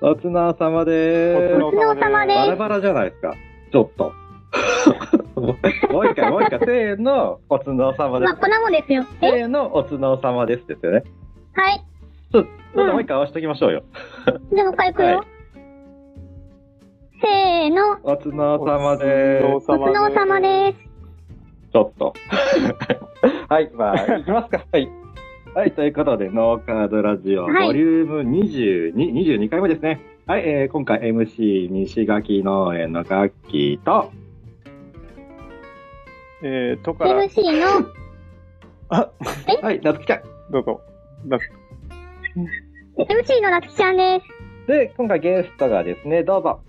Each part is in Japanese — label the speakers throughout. Speaker 1: おつなさまでーす。
Speaker 2: おつな
Speaker 1: バラ
Speaker 2: 様
Speaker 1: バラじゃないですか。ちょっ と。もう一回、もう一回、せーの、おつのさまで
Speaker 2: まあ、
Speaker 1: す。
Speaker 2: こんなもんですよ。え
Speaker 1: せーの、おつのさまですですよね。
Speaker 2: はい。
Speaker 1: ちょっと、もう一回合わせときましょうよ。
Speaker 2: じゃあ、もう一回行くよ。
Speaker 1: はい
Speaker 2: せーの。
Speaker 1: おつのさまでーす。
Speaker 2: お疲れ様です。
Speaker 1: ちょっと。 はい、まあ、いきますか。はい。はい、ということで、ノーカードラジオ、
Speaker 2: はい
Speaker 1: ボリューム22、22回目ですね。はい、えー今回 MC 西垣農園の楽器と、
Speaker 3: えー、とから、
Speaker 2: MC の、
Speaker 1: はい、夏希ちゃん。
Speaker 3: どうぞ。
Speaker 2: MC のなつきちゃんです。
Speaker 1: で、今回ゲストがですね、どうぞ。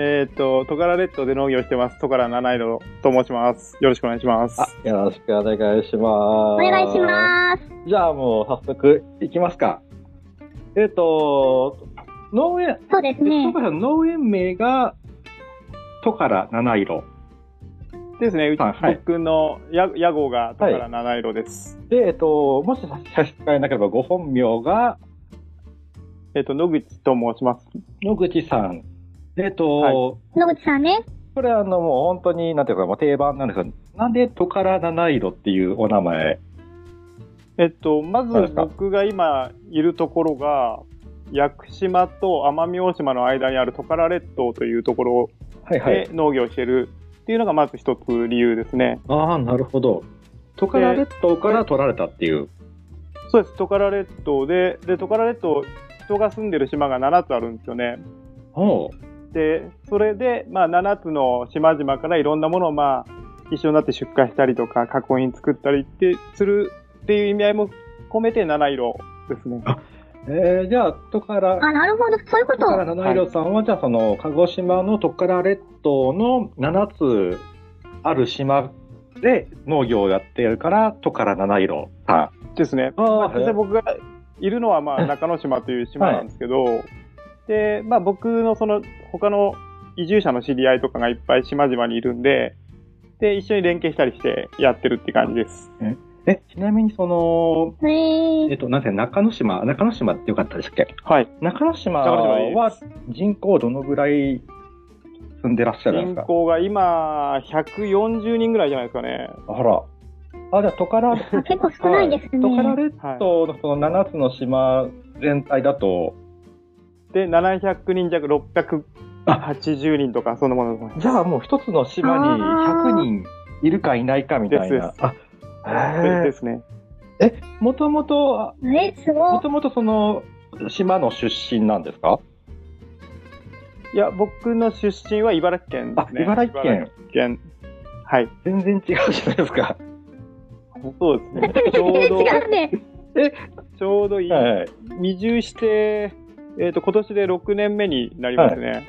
Speaker 3: えっ、と、トカラレッドで農業してます。トカラ七色と申します。よろしくお願いします。
Speaker 1: あ、よろしくお願いします。お
Speaker 2: お願いします。
Speaker 1: す。じゃあもう早速いきますか。えっ、と、農園、
Speaker 2: そうです
Speaker 1: ト
Speaker 2: ね。
Speaker 1: カラ農園名が、トカラ七色。
Speaker 3: ですね、うち、
Speaker 1: はいはい
Speaker 3: 僕の屋屋号がトカラ七色です。
Speaker 1: で、えっ、と、もし差し支えなければご本名が、
Speaker 3: えっ、と、野口と申します。
Speaker 1: 野口さん。でえっ、と、
Speaker 3: はい
Speaker 2: 野口さんね。
Speaker 1: これあのもう本当に、なんていうか、もう定番なんですよ。なんでトカラ七色っていうお名前
Speaker 3: えっ、と、ま
Speaker 1: そうで
Speaker 3: ず
Speaker 1: すか
Speaker 3: 僕が今いるところが、屋久島と奄美大島の間にあるトカラ列島というところ
Speaker 1: はいはい。
Speaker 3: で農業してるっていうのがまず一つ理由ですね。
Speaker 1: ああ、なるほど。トカラ列島から取られたっていう。
Speaker 3: そうです、トカラ列島で、で、トカラ列島、人が住んでる島が7つあるんですよね。
Speaker 1: おう
Speaker 3: でそれで、まあ、7つの島々からいろんなものを、まあ、一緒になって出荷したりとか加工品作ったりってするっていう意味合いも込めて七色ですね。
Speaker 1: えー、じゃあ、トカラ
Speaker 2: あ、なるほど。そういうこ
Speaker 1: だから
Speaker 2: と。
Speaker 1: 七色さんは、じゃあその鹿児島のトカラ列島の7つある島で農業をやってるからトカラ七色さ
Speaker 3: です
Speaker 1: ん。
Speaker 3: ね。
Speaker 1: あ
Speaker 3: 実際僕がいるのは、まあ、中之島という島なんですけど、で、まあ、僕のその他の移住者の知り合いとかがいっぱい島々にいるんで、で、一緒に連携したりしてやってるって感じです。
Speaker 1: えちなみにその、
Speaker 2: えー
Speaker 1: えっと、なんていうの中之島、中之島ってよかったでしたっけ
Speaker 3: はい。
Speaker 1: 中之島
Speaker 3: 中之島
Speaker 1: は人口どのぐらい住んでらっしゃるんで
Speaker 3: 人
Speaker 1: すか
Speaker 3: 口が今、140人ぐらいじゃないですかね。
Speaker 1: あら。あ、じゃあトカ ラ、
Speaker 2: あ結構少ないですね。
Speaker 1: トカラ列島のその7つの島全体だと、
Speaker 3: で、700人弱、680人とか、そんなものですね
Speaker 1: じゃあもう一つの島に100人いるかいないかみたい
Speaker 3: ですで
Speaker 1: な
Speaker 3: す。
Speaker 1: あ
Speaker 3: で
Speaker 1: へ
Speaker 3: ですね。
Speaker 1: ええ、もともと、
Speaker 2: え、す
Speaker 1: も
Speaker 2: ご
Speaker 1: ともとその島の出身なんですか、
Speaker 3: いや、僕の出身は茨城県で
Speaker 1: あ
Speaker 3: す、ね。
Speaker 1: 茨城県。
Speaker 3: 茨城県。はい。
Speaker 1: 全然違うじゃないです か。
Speaker 3: そうです ね。
Speaker 2: い。
Speaker 3: ちょうど、
Speaker 2: 違うね。
Speaker 3: ちょうどいい
Speaker 1: はい。
Speaker 3: 移住して、えっ、と、今年で6年目になりますね。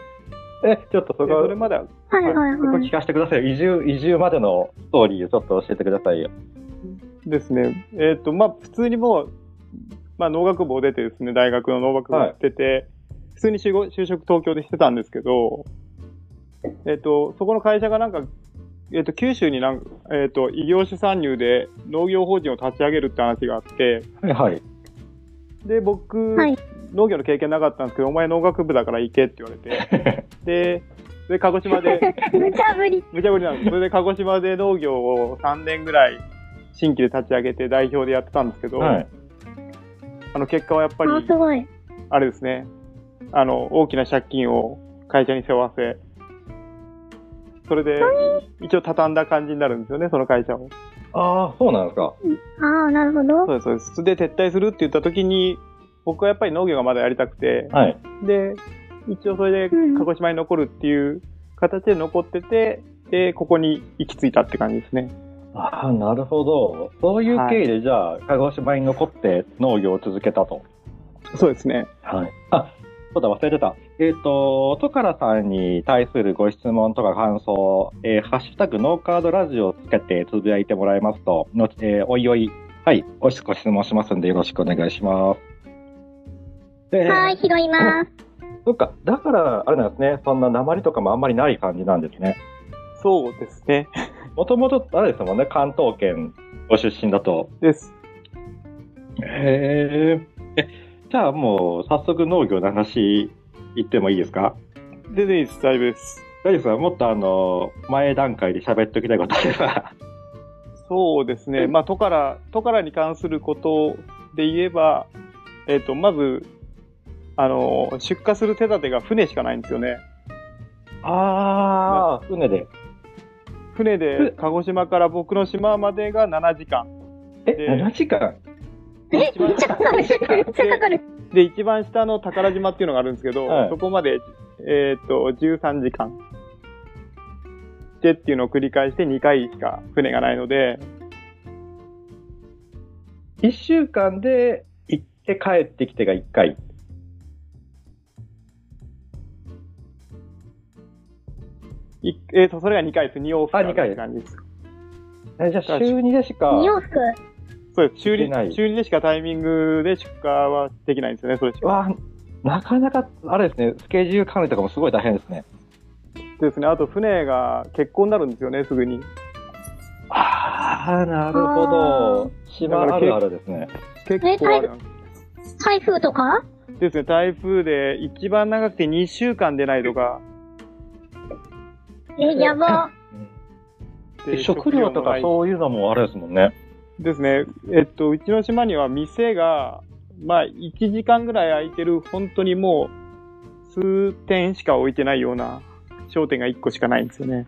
Speaker 1: え、ちょっとそ
Speaker 3: で
Speaker 1: こ、
Speaker 3: そ
Speaker 1: そ
Speaker 3: れまでは、
Speaker 2: はいはい
Speaker 1: こ
Speaker 2: はい
Speaker 1: 聞。かせてくださいよ。移住、移住までのストーリーをちょっと教えてくださいよ。
Speaker 3: ですね、えっ、と、まあ、普通にもう、まあ、農学部を出てですね、大学の農学部を出てて、普通に就就職東京でしてたんですけど、えっ、と、そこの会社がなんか、えっ、と、九州になんか、えっ、と、異業種参入で農業法人を立ち上げるって話があって、
Speaker 1: はいはい。
Speaker 3: で、僕、
Speaker 2: はい
Speaker 3: 農業の経験なかったんですけど、お前農学部だから行けって言われ て、で、で、鹿児島で、
Speaker 2: 無茶ぶり。
Speaker 3: 無茶ぶりなんです。それで鹿児島で農業を3年ぐらい新規で立ち上げて代表でやってたんですけど、
Speaker 1: はい。
Speaker 3: あの結果はやっぱり、
Speaker 2: あ、すごい。
Speaker 3: あれですね、あの、大きな借金を会社に背負わせ、それで、一応畳んだ感じになるんですよね、その会社を。
Speaker 1: ああ、そうなんですか。
Speaker 2: ああ、なるほど。
Speaker 3: そうです、そうです。で、撤退するって言った時に、僕はやっぱり農業がまだやりたくて、
Speaker 1: はい。
Speaker 3: で、一応それで
Speaker 2: うん
Speaker 3: 鹿児島に残るっていう形で残ってて、で、ここに行き着いたって感じですね。
Speaker 1: ああ、なるほど。そういう経緯で、じゃあ、鹿児島に残って農業を続けたと。
Speaker 3: そうですね。
Speaker 1: はい。あ、そうだ、忘れてた。えっ、と、トカラさんに対するご質問とか感想、えーハッシュタグノーカードラジオをつけてつぶやいてもらえますと、のえーおいおい、はい、おしご質問しますんでよろしくお願いします。で
Speaker 2: はい、拾います。
Speaker 1: そっか、だから、あれなんですね、そんな鉛とかもあんまりない感じなんですね。
Speaker 3: そうですね。
Speaker 1: もともと、あれですもんね、関東圏ご出身だと。
Speaker 3: です。
Speaker 1: へえ。じゃあもう早速農業の話行ってもいいですか
Speaker 3: 全然いいです。大丈夫です。
Speaker 1: 大丈夫ですかもっとあの、前段階で喋っておきたいことあれば。
Speaker 3: そうですね。まあ、トカラ、トカラに関することで言えば、えっ、と、まず、あの、出荷する手立てが船しかないんですよね。
Speaker 1: ああ、船で。
Speaker 3: 船で
Speaker 1: え
Speaker 3: 鹿児島から僕の島までが7時間。
Speaker 1: え、
Speaker 3: で
Speaker 1: 7時間
Speaker 2: え、めっちゃかかる。めっちゃかかる。
Speaker 3: で、一番下の宝島っていうのがあるんですけ ど、
Speaker 1: はい
Speaker 3: そこまで、えっ、と、13時間。でっていうのを繰り返して2回しか船がないので、
Speaker 1: 1週間で行って帰ってきてが1回。
Speaker 3: いえっ、と、それが2回です。2往復
Speaker 1: あ二回
Speaker 3: って感じです。
Speaker 1: えじゃあ週2でしか。
Speaker 2: 二往復。
Speaker 3: そうです。修理
Speaker 1: できない、
Speaker 3: 修理でしかタイミングで出荷はできないんですよね、それしか。
Speaker 1: わあなかなか、あれですね、スケジュール管理とかもすごい大変ですね。
Speaker 3: ですね。あと、船が欠航になるんですよね、すぐに。
Speaker 1: ああ、なるほ
Speaker 2: あ
Speaker 1: ど。島あるあるですね。
Speaker 3: 結
Speaker 2: え
Speaker 3: 構ある
Speaker 2: 台風とか
Speaker 3: ですね。台風で一番長くて2週間出ないとか。
Speaker 2: え、やば。
Speaker 3: で
Speaker 1: で食料と
Speaker 3: もな
Speaker 1: か
Speaker 3: い
Speaker 1: そういうのもあれですもんね。
Speaker 3: ですね。えっと、うちの島には店が、まあ、1時間ぐらい空いてる、本当にもう、数点しか置いてないような商店が1個しかないんですよね。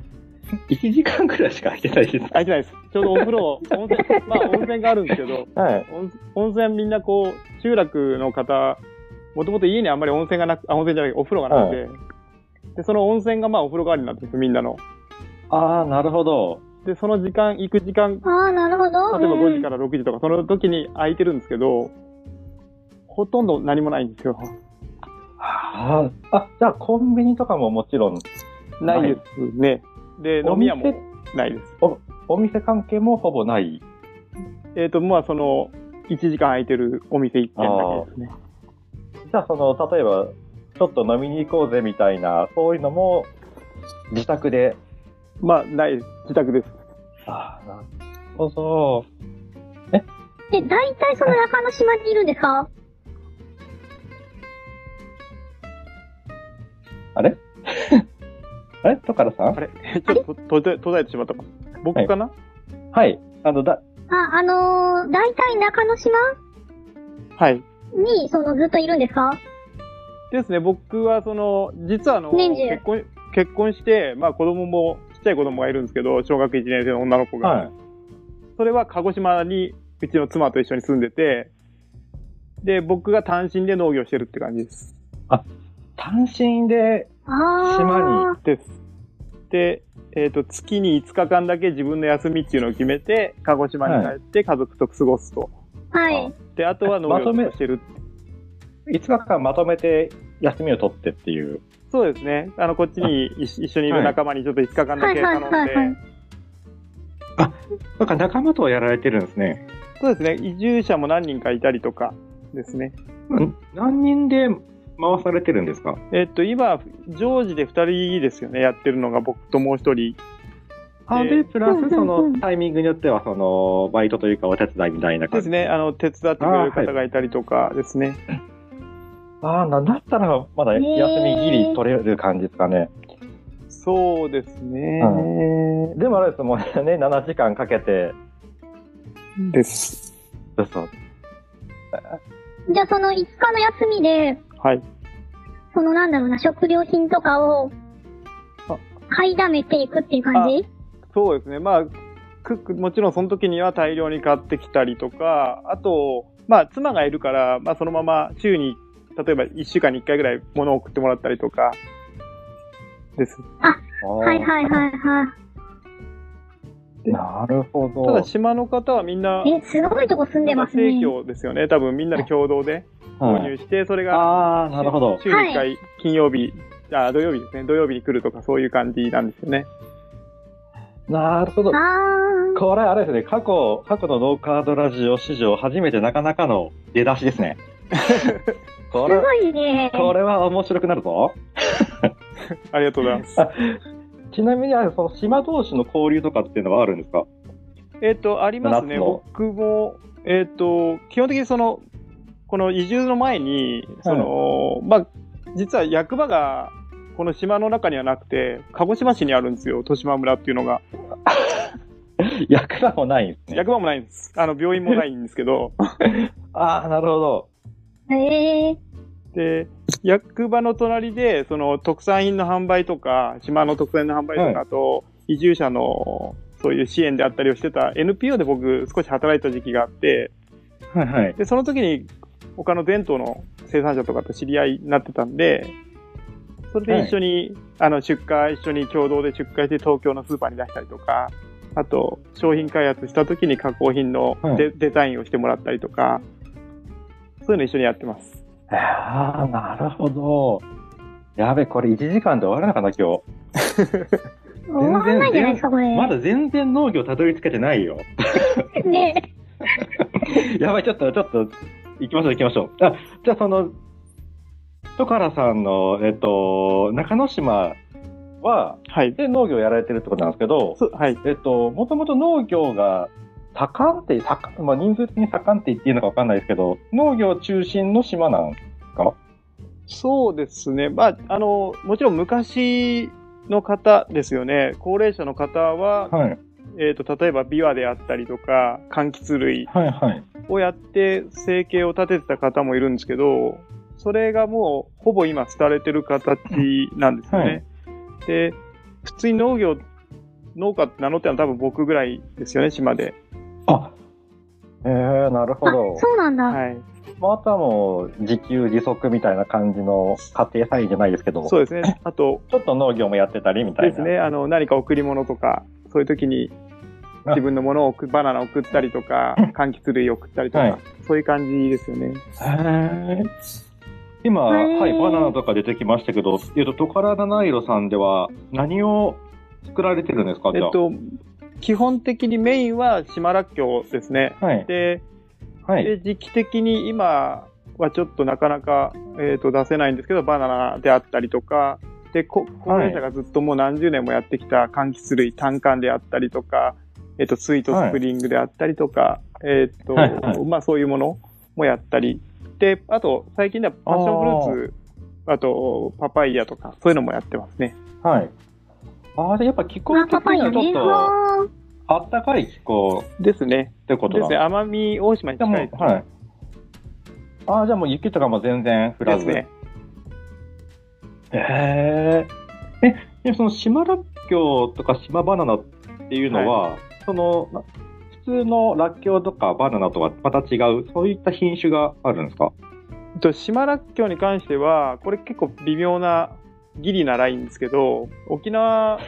Speaker 1: 1時間くらいしか空いてないです。
Speaker 3: 空いてないです。ちょうどお風呂、温泉、 まあ、温泉があるんですけど、
Speaker 1: はい。
Speaker 3: 温温泉みんなこう、集落の方、もともと家にあんまり温泉がなく、あ、温泉じゃない、お風呂がなくて、で、その温泉がまあお風呂代わりになってるんですよみんなの。
Speaker 1: ああ、なるほど。
Speaker 3: で、その時間、行く時間、
Speaker 2: ああ、なるほど。
Speaker 3: 例えば5時
Speaker 2: か
Speaker 3: から6時とか、その時に空いてるんですけど、ほとんど何もないんですよ。
Speaker 1: あーあ、じゃあコンビニとかももちろん、
Speaker 3: ないですね。で、飲み屋も
Speaker 1: お店
Speaker 3: ないです。
Speaker 1: お店関係もほぼない。
Speaker 3: えっ、と、まあその、1時間空いてるお店1店だけですね。
Speaker 1: じゃあその、例えば、ちょっと飲みに行こうぜみたいな、そういうのも、自宅で。
Speaker 3: まあ、ないです。自宅です。
Speaker 1: ああ、なるほど。
Speaker 2: え、大体その中の島にいるんですか
Speaker 1: あれトカラさん
Speaker 3: あれちょっとと、と、途絶えてしまったか。僕かな、
Speaker 1: はい。あの、だ、
Speaker 2: あ、あのー、大体中の島
Speaker 3: はい。
Speaker 2: に、その、ずっといるんですか
Speaker 3: ですね、僕はその、実はあの、
Speaker 2: 年中
Speaker 3: 結婚、結婚して、まあ子供も、ちっちゃい子供がいるんですけど、小学1年生の女の子が。
Speaker 1: はい。
Speaker 3: それは鹿児島に、うちの妻と一緒に住んでて、で、僕が単身で農業してるって感じです。
Speaker 1: 単身で、
Speaker 2: ああ。
Speaker 1: 島
Speaker 3: です。で、えっ、と、月に5日間だけ自分の休みっていうのを決めて、鹿児島に帰って家族と過ごすと。
Speaker 2: はい。
Speaker 3: で、あとは農
Speaker 1: まと
Speaker 3: 業
Speaker 1: め
Speaker 3: をしてる。
Speaker 1: 5日間まとめて休みを取ってっていう。
Speaker 3: そうですね。あの、こっちに一緒にいる仲間にちょっと5日間だけ頼ん
Speaker 2: はいはいはいは
Speaker 3: で、
Speaker 1: なんか仲間とやられてるんですね。
Speaker 3: そうですね。移住者も何人かいたりとかですね。
Speaker 1: ん何人で回されてるんですか
Speaker 3: えっと、今、常時で2人ですよね、やってるのが僕ともう1人。
Speaker 1: あ、
Speaker 3: え
Speaker 1: で、プラ
Speaker 2: うんうんう
Speaker 1: ス
Speaker 2: ん
Speaker 1: そのタイミングによっては、その、バイトというかお手伝いみたいな
Speaker 3: で
Speaker 1: 感
Speaker 3: す
Speaker 1: じ。
Speaker 3: ね、あの、手伝ってくれる方がいたりとかですね。
Speaker 1: ああ、なん だったらまだ休みギリ取れる感じですかね。
Speaker 3: そうですね。
Speaker 1: でもあれですもんね、7時 間かけて。
Speaker 3: です。
Speaker 1: そうそう。
Speaker 2: い。じゃあ、その5日の休みで、
Speaker 3: はい。
Speaker 2: その、なんだろうな、食料品とかを
Speaker 3: あ、
Speaker 2: 買いだめていくっていう感じ
Speaker 3: そうですね、まあ、クック、もちろんその時には大量に買ってきたりとか、あと、まあ、妻がいるから、まあ、そのまま週に、例えば1週間に1回ぐらい物を送ってもらったりとか、です。
Speaker 2: はいはいはいはい。
Speaker 1: い。なるほ
Speaker 3: ただ、
Speaker 1: ど。
Speaker 3: 島の方はみんな、
Speaker 2: え、すごいとこ住んでますね。
Speaker 3: 正教ですよね。多分みんなで共同で購
Speaker 1: はい
Speaker 3: 入して、それが、
Speaker 1: ああ、なるほど。
Speaker 3: 週に1回、金曜日、あ、土曜日ですね。土曜日に来るとか、そういう感じなんですよね。
Speaker 1: なるほど
Speaker 2: あ。ー。
Speaker 1: これあれですね、過去、過去のノーカードラジオ史上初めてなかなかの出だしで すね。こ
Speaker 2: す
Speaker 1: れ、
Speaker 2: ごいね。
Speaker 1: これは面白くなるぞ。
Speaker 3: ありがとうございます。
Speaker 1: ちなみに、あのその島同士の交流とかっていうのはあるんですか
Speaker 3: えっと、ありますね。
Speaker 1: 夏の
Speaker 3: 僕も、えっと、基本的にその、この移住の前に、その、まあ、実は役場が、この島の中にはなくて、鹿児島市にあるんですよ、豊島村っていうのが。
Speaker 1: 役場もないんですね。
Speaker 3: 役場もないんです。あの、病院もないんですけど、
Speaker 1: ああ、なるほど。
Speaker 2: へえ。
Speaker 3: で、役場の隣で、その、特産品の販売とか、島の特産品の販売とか、
Speaker 1: はい
Speaker 3: あと、移住者の、そういう支援であったりをしてた NPO で僕、少し働いた時期があって、
Speaker 1: はいはい。
Speaker 3: で、その時に他の伝統の生産者とかと知り合いになってたんで、それで一緒に、あの、出荷、一緒に共同で出荷して東京のスーパーに出したりとか、あと、商品開発した時に加工品のデ,、
Speaker 1: は
Speaker 3: デザインをしてもらったりとか、そういうの一緒にやってます。
Speaker 1: ああ、なるほど。やべ、これ1時間で終わらなかった、今日。
Speaker 2: 終わんないじゃないですか、これ。
Speaker 1: まだ全然農業たどり着けてないよ。
Speaker 2: ね
Speaker 1: やばい、ちょっと、ちょっと、行きましょう、行きましょう。あ、じゃあ、その、トカラさんの、えっと、中之島は、
Speaker 3: はい。
Speaker 1: で、農業やられてるってことなんですけど、
Speaker 3: そうはい。
Speaker 1: えっと、もともと農業が盛んって、盛んまあ、人数的に盛んって言っていいのか分かんないですけど、農業中心の島なん
Speaker 3: そうですね。まあ、あの、もちろん昔の方ですよね。高齢者の方は、
Speaker 1: はい。
Speaker 3: えっ、と、例えばビワであったりとか、柑橘類、
Speaker 1: はいはい。
Speaker 3: をやって生計を立ててた方もいるんですけど、それがもうほぼ今廃れてる形なんですよね。
Speaker 1: はい
Speaker 3: で、普通に農業、農家って名乗ってるのは多分僕ぐらいですよね、島で。
Speaker 1: あえー、なる
Speaker 2: あ、
Speaker 1: ほど。
Speaker 2: そうなんだ。
Speaker 3: はい。
Speaker 1: まあ、あとはもう、自給自足みたいな感じの家庭菜園じゃないですけど、
Speaker 3: そうですね。あと、
Speaker 1: ちょっと農業もやってたりみたいな。
Speaker 3: ですね、あの、何か贈り物とか、そういう時に自分のものを送、バナナを送ったり とか、柑橘類を送ったりとか、
Speaker 1: はい
Speaker 3: そういう感じですよね。
Speaker 1: へー今、
Speaker 2: へー
Speaker 1: はい、バナナとか出てきましたけど、えっと、トカラ七色さんでは何を作られてるんですか
Speaker 3: え
Speaker 1: じゃあ。
Speaker 3: っと、基本的にメインは島らっきょうですね。
Speaker 1: はい。
Speaker 3: で、
Speaker 1: はい。
Speaker 3: で時期的に今はちょっとなかなか、えー、と出せないんですけどバナナであったりとかでこ高齢者がずっともう何十年もやってきた柑橘類単管であったりとか、えー、とスイートスプリングであったりとか、えーと
Speaker 1: はいはい
Speaker 3: まあ、そういうものもやったりであと最近ではパッションフルーツあとパパイヤとかそういうのもやってますね。
Speaker 1: はい。ああ、で、やっぱ気候
Speaker 2: まあ、
Speaker 1: 的
Speaker 2: パパイ
Speaker 1: に
Speaker 2: ヤ
Speaker 1: はちょ
Speaker 2: ね。
Speaker 1: っ
Speaker 2: は
Speaker 1: と、あったかい気候
Speaker 3: ですね。
Speaker 1: ってこと
Speaker 3: で
Speaker 1: な
Speaker 3: す
Speaker 1: ん
Speaker 3: ね。
Speaker 1: で
Speaker 3: 奄美大島に
Speaker 1: すでも、
Speaker 3: 近い
Speaker 1: はい。ああ、じゃあもう雪とかも全然降ら
Speaker 3: で
Speaker 1: ず。
Speaker 3: すね。
Speaker 1: へえ。え、でその島らっきょうとか島バナナっていうのは、その、な普通のらっきょうとかバナナとはまた違う、そういった品種があるんですか
Speaker 3: えっと島らっきょうに関してはこれ結構微妙なギリなラインですけど 沖縄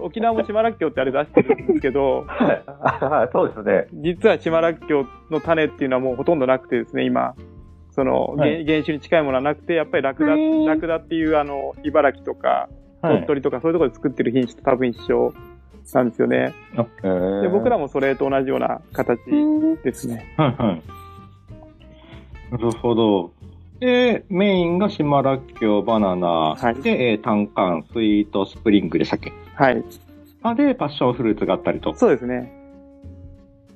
Speaker 3: 沖縄も島らっきょうってあれ出してるんですけど
Speaker 1: はい、 そうですね。
Speaker 3: 実は島らっきょうの種っていうのはもうほとんどなくてですね今その、
Speaker 1: は
Speaker 3: 原
Speaker 1: い
Speaker 3: 原種に近いものはなくてやっぱりラクダ
Speaker 2: へー
Speaker 3: ラクダっていうあの茨城とか
Speaker 1: はい、
Speaker 3: 鳥取とかそういうところで作ってる品種と多分一緒なんですよね、で僕ら
Speaker 1: も。
Speaker 3: もそれと同じような形
Speaker 2: うん
Speaker 3: ですね
Speaker 1: はいはい。なるほど。で、メインが島らっきょう、バナナ、
Speaker 3: はい
Speaker 1: で、えー、単管、スイート、スプリングでしたっけ
Speaker 3: はい
Speaker 1: あで、パッションフルーツがあったりと。
Speaker 3: そうですね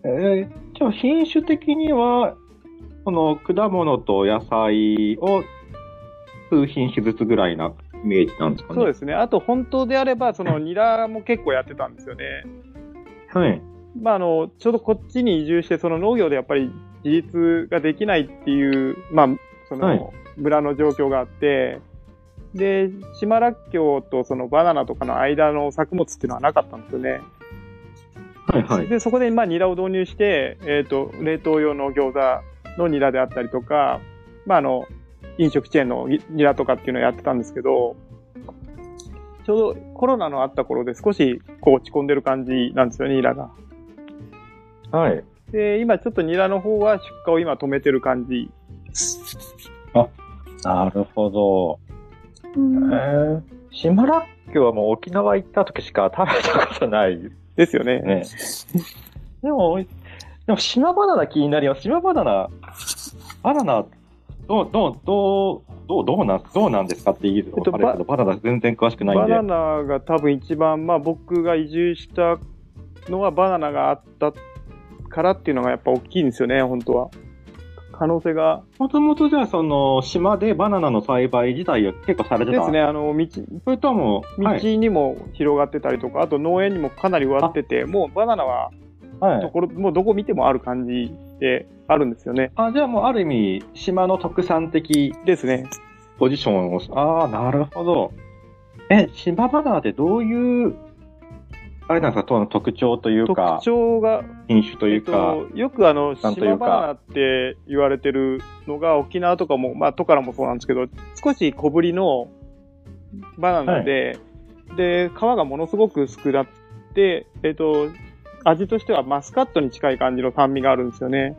Speaker 1: えー、じゃあ品種的にはこの果物と野菜を数品種ずつぐらいなイメージなんですかね。
Speaker 3: そうですねあと本当であればそのニラも結構やってたんですよね
Speaker 1: す。はい。
Speaker 3: まあ、あのちょうどこっちに移住してその農業でやっぱり自立ができないっていう、まあ、そ
Speaker 1: はい
Speaker 3: の村の状況があって、で島らっきょうとそのバナナとかの間の作物っていうのはなかったんですよね、
Speaker 1: はいはい。
Speaker 3: でそこでまあニラを導入して、えー、と冷凍用の餃子のニラであったりとか、まあ、あの飲食チェーンのニニラとかっていうのをやってたんですけどちょうどコロナのあった頃で少しこう落ち込んでる感じなんですよねニラが。
Speaker 1: はい。
Speaker 3: で、今ちょっとニラの方は出荷を今止めてる感じ。
Speaker 1: なるほど。
Speaker 2: うん
Speaker 1: へえ。島らっきょうはもう沖縄行った時しか食べたことないで
Speaker 3: ですよね。
Speaker 1: すね。 でも、でも島バナナ気になります。島バナナ、バナナ、どう、どう、どう、どう、どうなん、どうなんですかって言う
Speaker 3: えっと
Speaker 1: と、あれですけど、バナナ全然詳しくないん
Speaker 3: バ
Speaker 1: で。
Speaker 3: ナナが多分一番、まあ僕が移住したのはバナナがあったからっていうのがやっぱ大きいんですよね、本当は。可能性が。
Speaker 1: もともとじゃあ、その、島でバナナの栽培自体を結構されて
Speaker 3: で
Speaker 1: た
Speaker 3: すね、あの、道、
Speaker 1: それとも、は
Speaker 3: 道
Speaker 1: い、
Speaker 3: にも広がってたりとか、あと農園にもかなり植わってて、もうバナナは、
Speaker 1: は
Speaker 3: と
Speaker 1: い。
Speaker 3: ころ、もうどこ見てもある感じであるんですよね。
Speaker 1: あ、じゃあもうある意味、島の特産的
Speaker 3: ですね。
Speaker 1: ポジションを、ああ、なるほど。え、島バナナってどういう、あれなんですか、と特徴という
Speaker 3: 特
Speaker 1: か、
Speaker 3: 徴が、
Speaker 1: 品種というか、
Speaker 3: えっと、よくあの、
Speaker 1: なんとい
Speaker 3: 島
Speaker 1: うか
Speaker 3: バナナって言われてるのが、沖縄とかも、まあ、トカラもそうなんですけど、少し小ぶりのバナナで、で、皮がものすごく薄くなって、えっと、味としてはマスカットに近い感じの酸味があるんですよね。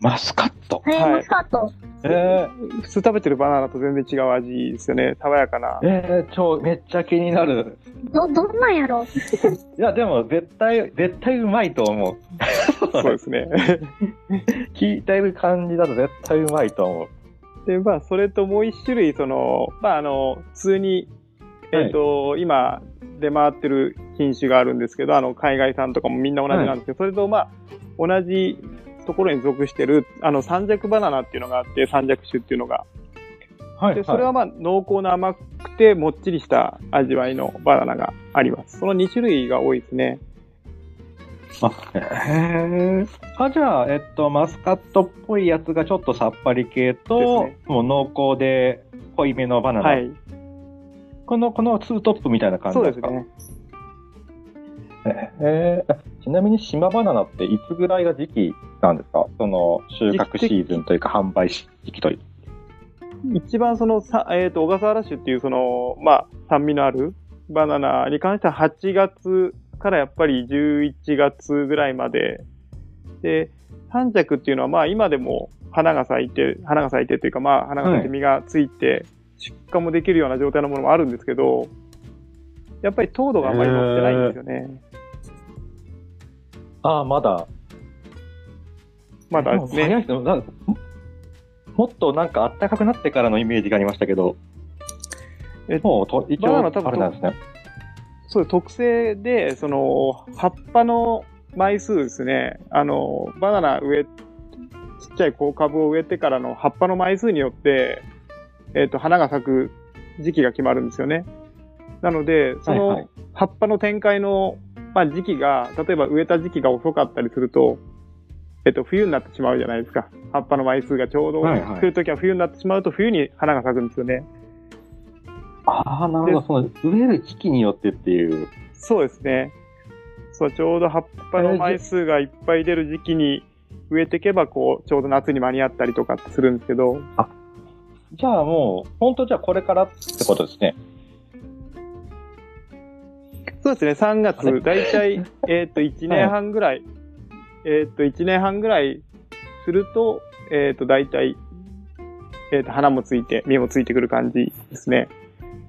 Speaker 1: マスカット。
Speaker 2: えー
Speaker 3: はい
Speaker 2: マスカット。
Speaker 1: えー、
Speaker 3: 普通食べてるバナナと全然違う味ですよね。爽やかな。
Speaker 1: えー、超、めっちゃ気になる。
Speaker 2: ど、どんなんやろ
Speaker 1: いや、でも絶対、絶対うまいと思う。
Speaker 3: そうですね。
Speaker 1: 聞いてる感じだと絶対うまいと思う。
Speaker 3: で、まあ、それともう一種類、その、まあ、あの、普通に、
Speaker 1: はい
Speaker 3: えっ、と、今、出回ってる品種があるんですけど、あの、海外産とかもみんな同じなんですけど、それと、まあ、同じところに属してる、あの、三尺バナナっていうのがあって、三尺種っていうのが。
Speaker 1: は
Speaker 3: で、それはまあ、濃厚な甘くて、もっちりした味わいのバナナがあります。その2種類が多いですね。
Speaker 1: あ、へえ。あ、じゃあ、えっと、マスカットっぽいやつがちょっとさっぱり系と、
Speaker 3: です
Speaker 1: もう濃厚で濃いめのバナナ。
Speaker 3: はい。
Speaker 1: この、このツートップみたいな感じ
Speaker 3: そう
Speaker 1: で
Speaker 3: ですす
Speaker 1: か
Speaker 3: ね。
Speaker 1: へえ。ちなみに島バナナっていつぐらいが時期なんですかその収穫シーズンというか販売時期という。
Speaker 3: 一番そのさ、えっ、と、小笠原種っていうその、まあ、酸味のあるバナナに関しては8月からやっぱり11月ぐらいまで。で、三着っていうのはまあ今でも花が咲いて、花が咲いてっていうかまあ花が咲いて
Speaker 1: は
Speaker 3: 実がついて出荷もできるような状態のものもあるんですけど、やっぱり糖度があまり乗ってないんですよね。
Speaker 1: ああ、まだ。
Speaker 3: まだですね。
Speaker 1: 早いですねなんかももっとなんか暖かくなってからのイメージがありましたけど。
Speaker 3: え
Speaker 1: もうと一
Speaker 3: バナ
Speaker 1: 応
Speaker 3: ナ多分
Speaker 1: あれなんですね。
Speaker 3: そう、特性で、その、葉っぱの枚数ですね。あの、バナナ植え、ちっちゃいこう株を植えてからの葉っぱの枚数によって、えっ、と、花が咲く時期が決まるんですよね。なので、そ
Speaker 1: はいは
Speaker 3: の
Speaker 1: い
Speaker 3: 葉っぱの展開の、まあ、時期が、例えば植えた時期が遅かったりすると、えっ、と、冬になってしまうじゃないですか。葉っぱの枚数がちょうど、
Speaker 1: はいはい
Speaker 3: 来るときは冬になってしまうと、冬に花が咲くんですよね。
Speaker 1: ああ、なるほど。その植える時期によってっていう。
Speaker 3: そうですね。そう、ちょうど葉っぱの枚数がいっぱい出る時期に植えていけば、こう、ちょうど夏に間に合ったりとかってするんですけど、
Speaker 1: じゃあもう、本当じゃあこれからってことですね。
Speaker 3: そうですね、3
Speaker 1: あれ
Speaker 3: 月、だいた い、えっと、1年半ぐらい、えっと、1年半ぐらいすると、えっと、だいたい、えっと、花もついて、実もついてくる感じですね。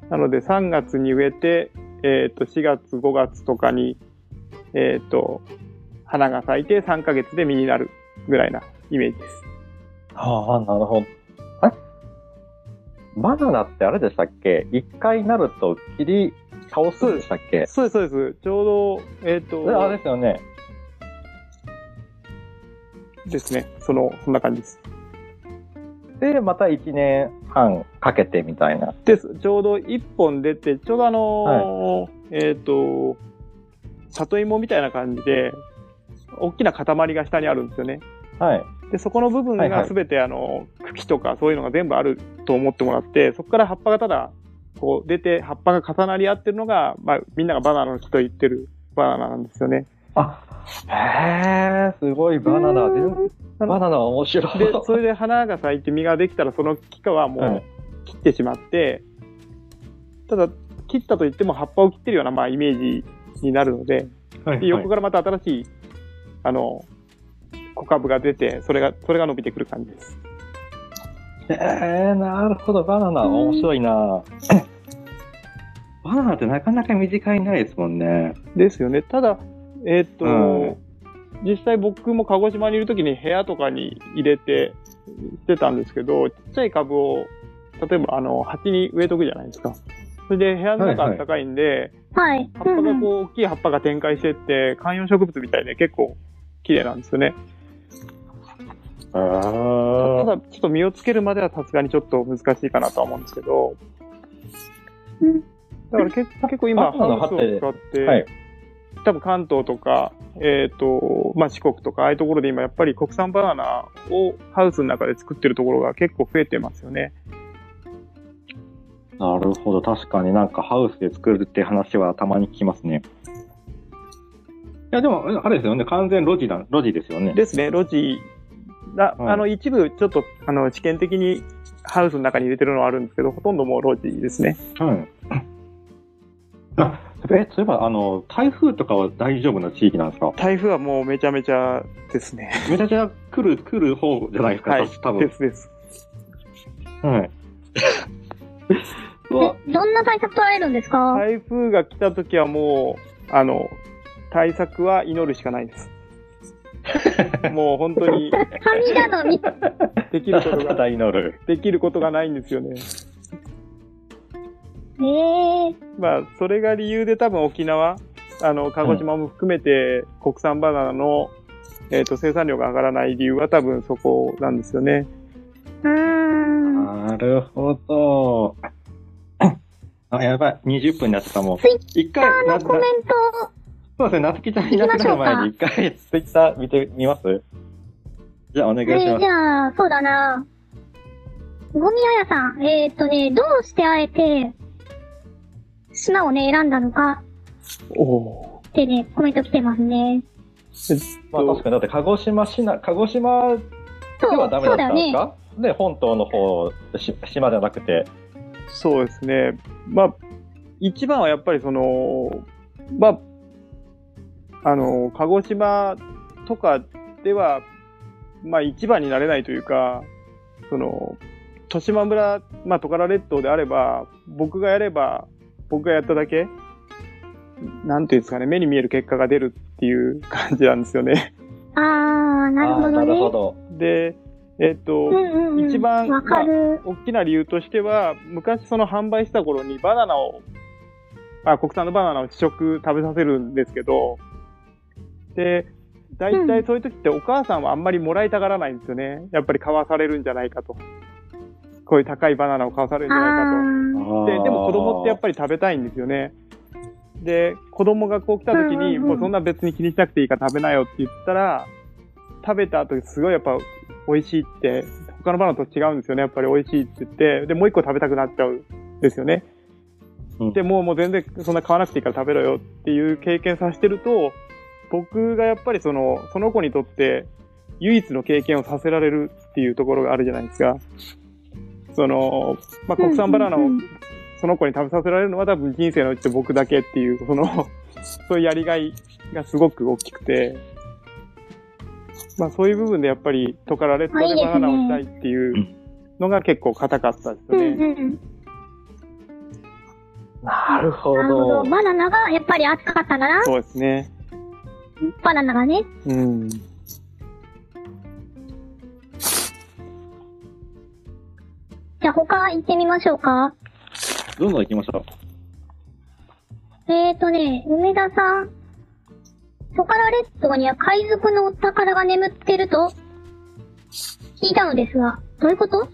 Speaker 3: なので、3月に植えて、えっと、4月、5月とかに、えっと、花が咲いて3ヶ月で実になるぐらいなイメージです。
Speaker 1: ああ、なるほど。あれバナナってあれでしたっけ一回なると切り倒すんでしたっけ
Speaker 3: そうです、そうです。ちょうど、えっ、
Speaker 1: それあれで
Speaker 3: と
Speaker 1: すよね。
Speaker 3: ですね。その、そんな感じです。
Speaker 1: で、また1年半かけてみたいな。
Speaker 3: です。ちょうど一本出て、ちょうどあのーえっ、と、里芋みたいな感じで、大きな塊が下にあるんですよね。
Speaker 1: はい。
Speaker 3: で、そこの部分
Speaker 1: はいは
Speaker 3: が
Speaker 1: い
Speaker 3: すべて、あの、茎とかそういうのが全部あると思ってもらって、そこから葉っぱがただ、こう出て、葉っぱが重なり合ってるのが、まあ、みんながバナナの木と言ってるバナナなんですよね。
Speaker 1: あ、へえ、すごいバナナ。全バナナは面白い。
Speaker 3: で、それで花が咲いて実ができたら、その木からはもう、
Speaker 1: はい
Speaker 3: 切ってしまって、ただ、切ったといっても葉っぱを切ってるような、まあ、イメージになるので、
Speaker 1: はい
Speaker 3: で横からまた新しい、あの、小株が出て、それが、それが伸びてくる感じです。
Speaker 1: えー、なるほど、バナナ、面白いな。バナナってなかなか身近にないですもんね。
Speaker 3: ですよね。ただ、えーっと、
Speaker 1: うん
Speaker 3: 実際僕も鹿児島にいる時に部屋とかに入れて、してたんですけど、ちっちゃい株を、例えば、あの、鉢に植えとくじゃないですか。それで部屋の中
Speaker 1: はいはい
Speaker 3: あったかいんで、
Speaker 2: はい。
Speaker 3: 葉っぱ
Speaker 2: う
Speaker 3: が
Speaker 2: んうん
Speaker 3: こう、大きい葉っぱが展開してって、観葉植物みたいで結構綺麗なんですよね。
Speaker 1: ああ
Speaker 3: た。だ、ちょっと身をつけるまではさすがにちょっと難しいかなとは思うんですけど
Speaker 2: うん。
Speaker 3: だからけ結構今、
Speaker 1: あそうなの
Speaker 3: ハウスを使っ
Speaker 1: は
Speaker 3: て
Speaker 1: い、
Speaker 3: 多分関東とか、えっと、まあ四国とか、ああいうところで今やっぱり国産バナナをハウスの中で作ってるところが結構増えてますよね。
Speaker 1: なるほど。確かになんかハウスで作るって話はたまに聞きますね。いや、でも、うんあれですよね。完全路地だ、路地ですよね。
Speaker 3: ですね、路地が、
Speaker 1: うん
Speaker 3: あの一部ちょっと、あの、試験的にハウスの中に入れてるのはあるんですけど、ほとんどもう路地ですね。
Speaker 1: はい。あえ、そういえば、あの、台風とかは大丈夫な地域なんですか
Speaker 3: 台風はもうめちゃめちゃですね。
Speaker 1: めちゃくちゃ来る、来る方じゃないですか、
Speaker 3: はい
Speaker 1: 多
Speaker 3: で
Speaker 1: 分。
Speaker 3: すです。
Speaker 1: はい。 うわ
Speaker 2: えどんな対策取られるんですか、
Speaker 3: 台風が来た時はもう、あの、対策は祈るしかないです。 もう本当に
Speaker 2: 神頼 み。
Speaker 3: できること
Speaker 1: た
Speaker 3: が、
Speaker 1: だ祈る。
Speaker 3: できることがないんですよね。
Speaker 2: ええ
Speaker 3: まあ、それが理由で多分沖縄、あの、鹿児島も含めて国産バナナの、えっ、と、生産量が上がらない理由は多分そこなんですよね。
Speaker 2: うーん。
Speaker 1: なるほど。あ、やばい。20分になってたもん。
Speaker 2: ツイッ
Speaker 1: 一
Speaker 2: タ
Speaker 1: 回、
Speaker 2: ー
Speaker 1: な
Speaker 2: のコメン
Speaker 1: な
Speaker 2: ト。
Speaker 1: そうですね、なつきちゃんいなくなる前に一回、ツイッター見てみますじゃあ、お願いし
Speaker 2: え
Speaker 1: ま
Speaker 2: ーじ
Speaker 1: す。
Speaker 2: ゃあ、そうだな。ゴミあやさん。えーっとね、どうしてあえて、島をね、選んだのか
Speaker 3: おお。
Speaker 2: ってね、コメント来てますね。
Speaker 1: まあ、確かに、だって、鹿児島市な、鹿児島で
Speaker 2: そう、
Speaker 1: はダメだ
Speaker 2: そ
Speaker 1: っ
Speaker 2: うだ
Speaker 1: た
Speaker 2: よ
Speaker 1: んです
Speaker 2: ね。
Speaker 1: かで、本島の方、し島じゃなくて。
Speaker 3: そうですね。まあ、一番はやっぱりその、まあ、あの、鹿児島とかでは、まあ一番になれないというか、その、豊島村、まあトカラ列島であれば、僕がやれば、僕がやっただけ、なんていうんですかね、目に見える結果が出るっていう感じなんですよね。
Speaker 2: あー、なるほ
Speaker 1: あー
Speaker 2: ど
Speaker 1: なるほ
Speaker 2: ね。
Speaker 1: ど。
Speaker 3: で、えっと、
Speaker 2: うんうんうん。
Speaker 3: 一番
Speaker 2: わかる。
Speaker 3: 大きな理由としては昔その販売した頃にバナナをあ国産のバナナを試食食べさせるんですけどで大体そういう時ってお母さんはあんまりもらいたがらないんですよねやっぱり買わされるんじゃないかとこういう高いバナナを買わされるんじゃないか
Speaker 2: あー。
Speaker 1: あ
Speaker 3: と
Speaker 1: ー
Speaker 3: ででも子供ってやっぱり食べたいんですよねで子供がこう来た
Speaker 2: う
Speaker 3: 時に、
Speaker 2: んうんうん
Speaker 3: もうそんな別に気にしなくていいから食べなよって言ったら食べた後すごいやっぱ美味しいって他のバナナと違うんですよねやっぱり美味しいって言ってでもう一個食べたくなっちゃうんですよね、
Speaker 1: うん
Speaker 3: でもうもう全然そんな買わなくていいから食べろよっていう経験させてると僕がやっぱりそのその子にとって唯一の経験をさせられるっていうところがあるじゃないですかその、まあ、国産バナナ
Speaker 2: う
Speaker 3: を
Speaker 2: んうん
Speaker 3: その子に食べさせられるのは多分人生のうち僕だけっていうそのそういうやりがいがすごく大きくて、まあ、そういう部分でやっぱりトカラレッドでバナナをしたいっていうのが結構硬かったです
Speaker 2: う
Speaker 3: よ
Speaker 2: ん
Speaker 3: ね。
Speaker 2: うん。
Speaker 1: なるほ
Speaker 2: なるほ
Speaker 1: ど
Speaker 2: ど。。バナナがやっぱり熱かったんだな。
Speaker 3: そうですね。
Speaker 2: バナナがね。
Speaker 3: うん。
Speaker 2: じゃあ他行ってみましょうか。
Speaker 1: どんどん行きましょう。
Speaker 2: えーとね、梅田さん。トカラ列島には海賊のお宝が眠ってると聞いたのですが、どういうこと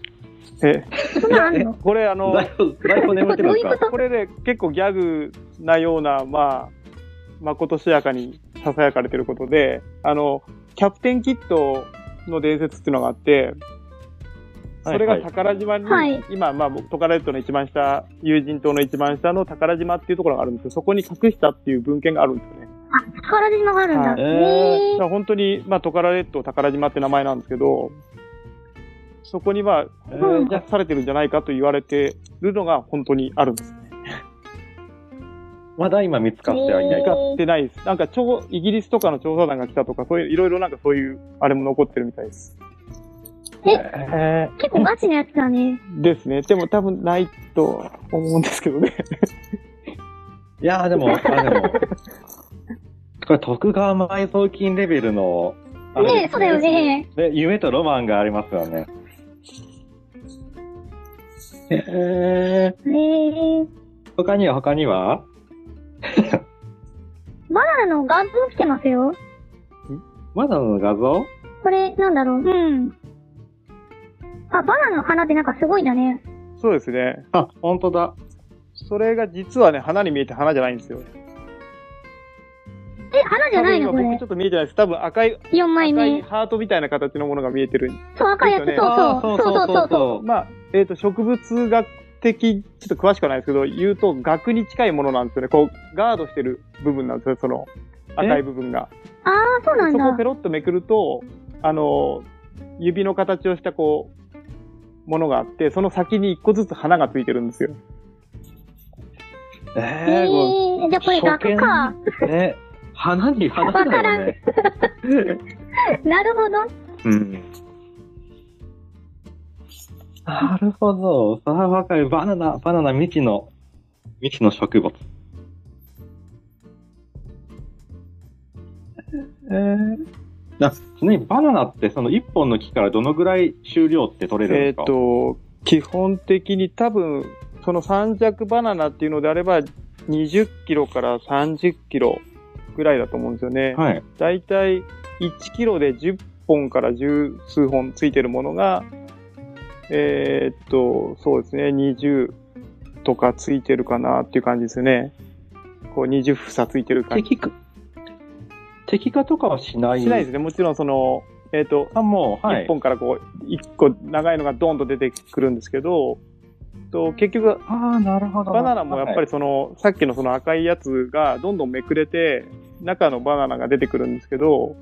Speaker 3: え、
Speaker 2: そんなんあんの
Speaker 3: これあの、
Speaker 1: 在庫、在庫眠ってるんです
Speaker 2: どう
Speaker 1: か
Speaker 2: いう
Speaker 3: これで結構ギャグなような、まあ、まことしやかに囁かれてることで、あの、キャプテンキッドの伝説っていうのがあって、それが宝島に、
Speaker 2: はい
Speaker 3: 今、まあ、僕トカラ列島の一番下、友人島の一番下の宝島っていうところがあるんですけど、そこに隠したっていう文献があるんですよね。
Speaker 2: あ、宝島があるんだ。
Speaker 3: はい
Speaker 2: へ
Speaker 1: え
Speaker 2: え
Speaker 3: だから本当に、まあ、トカラ列島、宝島って名前なんですけど、そこには、
Speaker 1: えーじゃ
Speaker 3: 隠されてるんじゃないかと言われてるのが本当にあるんです。
Speaker 1: あまだ今見つかってはいない
Speaker 2: え
Speaker 1: か。
Speaker 3: 使ってないです。なんか超、イギリスとかの調査団が来たとか、そういう、いろいろなんかそういう、あれも残ってるみたいです。
Speaker 2: え
Speaker 1: え
Speaker 2: 結構ガチなやつだね。
Speaker 3: ですね。でも多分ないと思うんですけどね。
Speaker 1: ーいやーでも、あ、でも、これ徳川埋蔵金レベルの、あれ
Speaker 2: ねえ、そうだよね。
Speaker 1: で夢とロマンがありますよね。え
Speaker 2: へえ
Speaker 1: ー、他には他には
Speaker 2: バナナの画像来てますよ。
Speaker 1: まだの画像
Speaker 2: これ、なんだろう。うん。あ、バナナの花ってなんかすごいだね。
Speaker 3: そうですね。
Speaker 1: あ、本当だ。
Speaker 3: それが実はね、花に見えて花じゃないんですよ。
Speaker 2: え、花じゃな
Speaker 3: 多
Speaker 2: い
Speaker 3: 分今
Speaker 2: のこ
Speaker 3: 僕
Speaker 2: れ
Speaker 3: ちょ。っと見えてないです。多分赤い、
Speaker 2: 4枚
Speaker 3: 赤
Speaker 2: 目
Speaker 3: い。ハートみたいな形のものが見えてる。
Speaker 2: そう、赤いやつ。そう
Speaker 3: ですよ
Speaker 2: そう。そうそうそう。そう
Speaker 1: う
Speaker 3: まあ、えっ、と、植物学的、ちょっと詳しくはないですけど、言うと、額に近いものなんですよね。こう、ガードしてる部分なんですよ、その赤い部分が。
Speaker 2: ああ、そうなん
Speaker 3: そこをペ
Speaker 2: だ。
Speaker 3: ロッとめくると、あの、指の形をした、こう、ものがあって、その先に一個ずつ花がついてるんですよ。
Speaker 1: え
Speaker 2: え
Speaker 1: ーこ
Speaker 2: ー、じゃあこれ額か。
Speaker 1: れね、花に花だよね。
Speaker 2: なるほど。
Speaker 1: うん。なるほど。さあ、わかる。バナナ、バナナ未知の、未知の植物。えー、なちなみにバナナってその1本の木からどのぐらい収量って取れるんで
Speaker 3: え
Speaker 1: す
Speaker 3: っ、
Speaker 1: か、
Speaker 3: と、基本的に多分、その三尺バナナっていうのであれば、20キロから30キロぐらいだと思うんですよね。
Speaker 1: はい。
Speaker 3: だいたい1キロで10本から10数本ついてるものが、えーっと、そうですね、20とかついてるかなっていう感じですね。こう20房ついてる感じ。
Speaker 1: 敵化、敵化とかはしない
Speaker 3: しないですね。もちろんその、えーっと、
Speaker 1: あ、もう、はい。
Speaker 3: 1本からこう、1個長いのがドンと出てくるんですけど、と結局、
Speaker 1: ああ、なるほど。
Speaker 3: バナナもやっぱ
Speaker 1: はい
Speaker 3: りその、さっきのその赤いやつがどんどんめくれて、中のバナナが出てくるんですけど、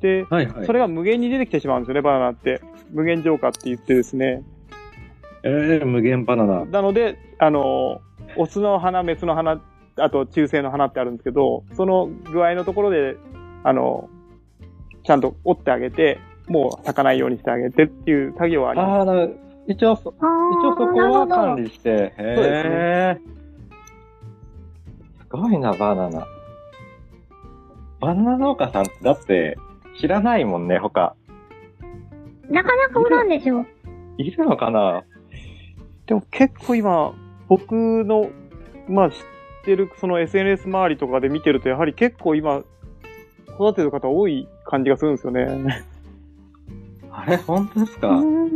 Speaker 3: で、
Speaker 1: はいはい。
Speaker 3: そ
Speaker 1: それ
Speaker 3: れが無限に出てきてしまうんですよね、バナナって。無限浄化って言ってですね。
Speaker 1: えー、無限バナナ。
Speaker 3: なので、あの、オスの花、メスの花、あと中性の花ってあるんですけど、その具合のところで、あの、ちゃんと折ってあげて、もう咲かないようにしてあげてっていう作業はあります。
Speaker 1: ああ、な一応そ、
Speaker 2: あ
Speaker 1: 一応そ
Speaker 2: あ、
Speaker 1: こ
Speaker 2: なるほ
Speaker 1: は管
Speaker 2: ど。
Speaker 1: 理して。
Speaker 3: そうですね
Speaker 1: へえ。すごいな、バナナ。バナナ農家さんって、だって、知らないもんね、他。
Speaker 2: なかなかおらんでしょ。
Speaker 1: いるのかな
Speaker 3: でも結構今、僕の、まあ知ってる、その SNS 周りとかで見てると、やはり結構今、育てる方多い感じがするんですよね。
Speaker 1: あれ、本当です
Speaker 2: う
Speaker 1: か
Speaker 2: ん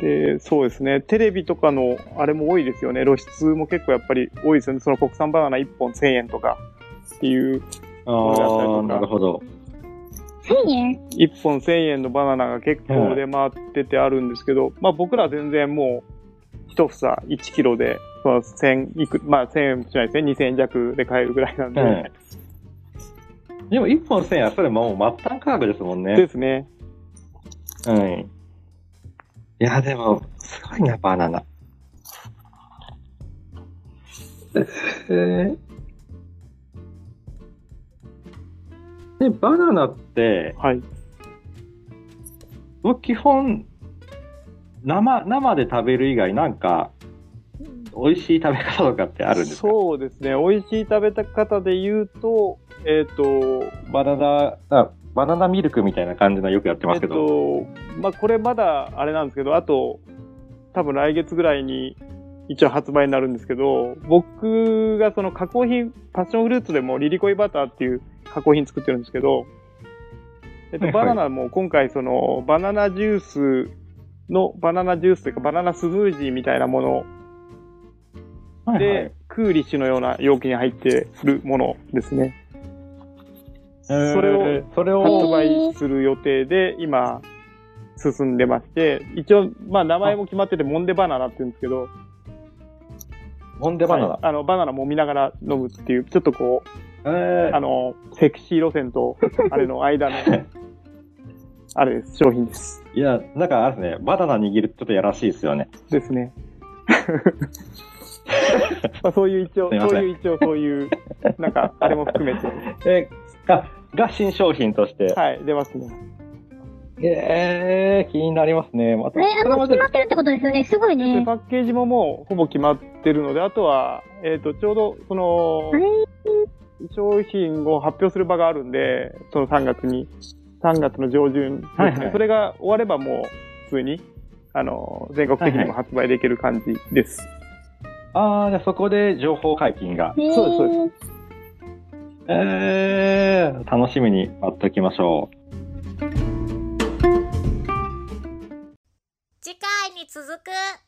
Speaker 3: で、そうですね。テレビとかの、あれも多いですよね。露出も結構やっぱり多いですよね。その国産バナナ1本1000円とかっていう、
Speaker 1: あ
Speaker 3: そ
Speaker 1: あ、
Speaker 3: うだったりとか
Speaker 1: なるほど。
Speaker 2: 1000円
Speaker 3: 1本1000円のバナナが結構出回っててあるんですけど、まあ僕らは全然もう、1房1キロで、まあ1000いく、まあ1000円もしないですね。2000円弱で買えるぐらいなんで。
Speaker 1: うんでも、1本1000円は、それもう末端価格ですもんね。
Speaker 3: ですね。
Speaker 1: はい。いや、でも、すごいな、バナナ。えーで、バナナって、
Speaker 3: はい。
Speaker 1: もう基本、生、生で食べる以外、なんか、美味しい食べ方とかってあるんですか
Speaker 3: そうですね。美味しい食べ方で言うと、えっ、と、
Speaker 1: バナナあ、バナナミルクみたいな感じのよくやってますけど。
Speaker 3: えっと、まあ、これまだあれなんですけど、あと、多分来月ぐらいに一応発売になるんですけど、僕がその加工品、パッションフルーツでもリリコイバターっていう加工品作ってるんですけど、えっと、
Speaker 1: はいは
Speaker 3: バ
Speaker 1: い
Speaker 3: ナナも今回そのバナナジュースのバナナジュースというかバナナスムージーみたいなもの
Speaker 1: はいはい
Speaker 3: で、クーリッシュのような容器に入ってるものですね。そ
Speaker 1: えー
Speaker 3: れを
Speaker 1: それ
Speaker 2: は
Speaker 1: を、
Speaker 2: い
Speaker 3: 発売する予定で、今、進んでまして、一応、まあ、名前も決まってて、モンデバナナって言うんですけど、
Speaker 1: モンデバナナ。
Speaker 3: はいあの、バナナ揉みながら飲むっていう、ちょっとこう、
Speaker 1: えー
Speaker 3: あの、セクシー路 線と、あれの間の、あれです、商品です。
Speaker 1: いや、なんかあれですね、バナナ握るってちょっとやらしいですよね。
Speaker 3: で すね。まあ、そういう一応、
Speaker 1: すいません
Speaker 3: そういう一応、そういう、なんか、あれも含めて、
Speaker 1: えが、が新商品として。
Speaker 3: はい、出ますね。
Speaker 1: えー、気になりますね。また、
Speaker 2: え、
Speaker 1: そ
Speaker 2: も
Speaker 1: れ
Speaker 2: う
Speaker 1: ま
Speaker 2: 決
Speaker 1: で
Speaker 2: まってるってことですよね。すごい
Speaker 3: で、
Speaker 2: ね。
Speaker 3: パッケージももう、ほぼ決まってるので、あとは、えっ、と、ちょうど、その
Speaker 2: え、ー
Speaker 3: 商品を発表する場があるんで、その3月に、3月の上旬ですね、
Speaker 1: はいはい
Speaker 3: それが終わればもう普通に、あの、全国的にも発売できる感じです。
Speaker 1: あー、じゃあそこで情報解禁が。
Speaker 2: えー
Speaker 3: そうですそう
Speaker 1: えー、楽しみに待っておきましょう。
Speaker 4: 次回に続く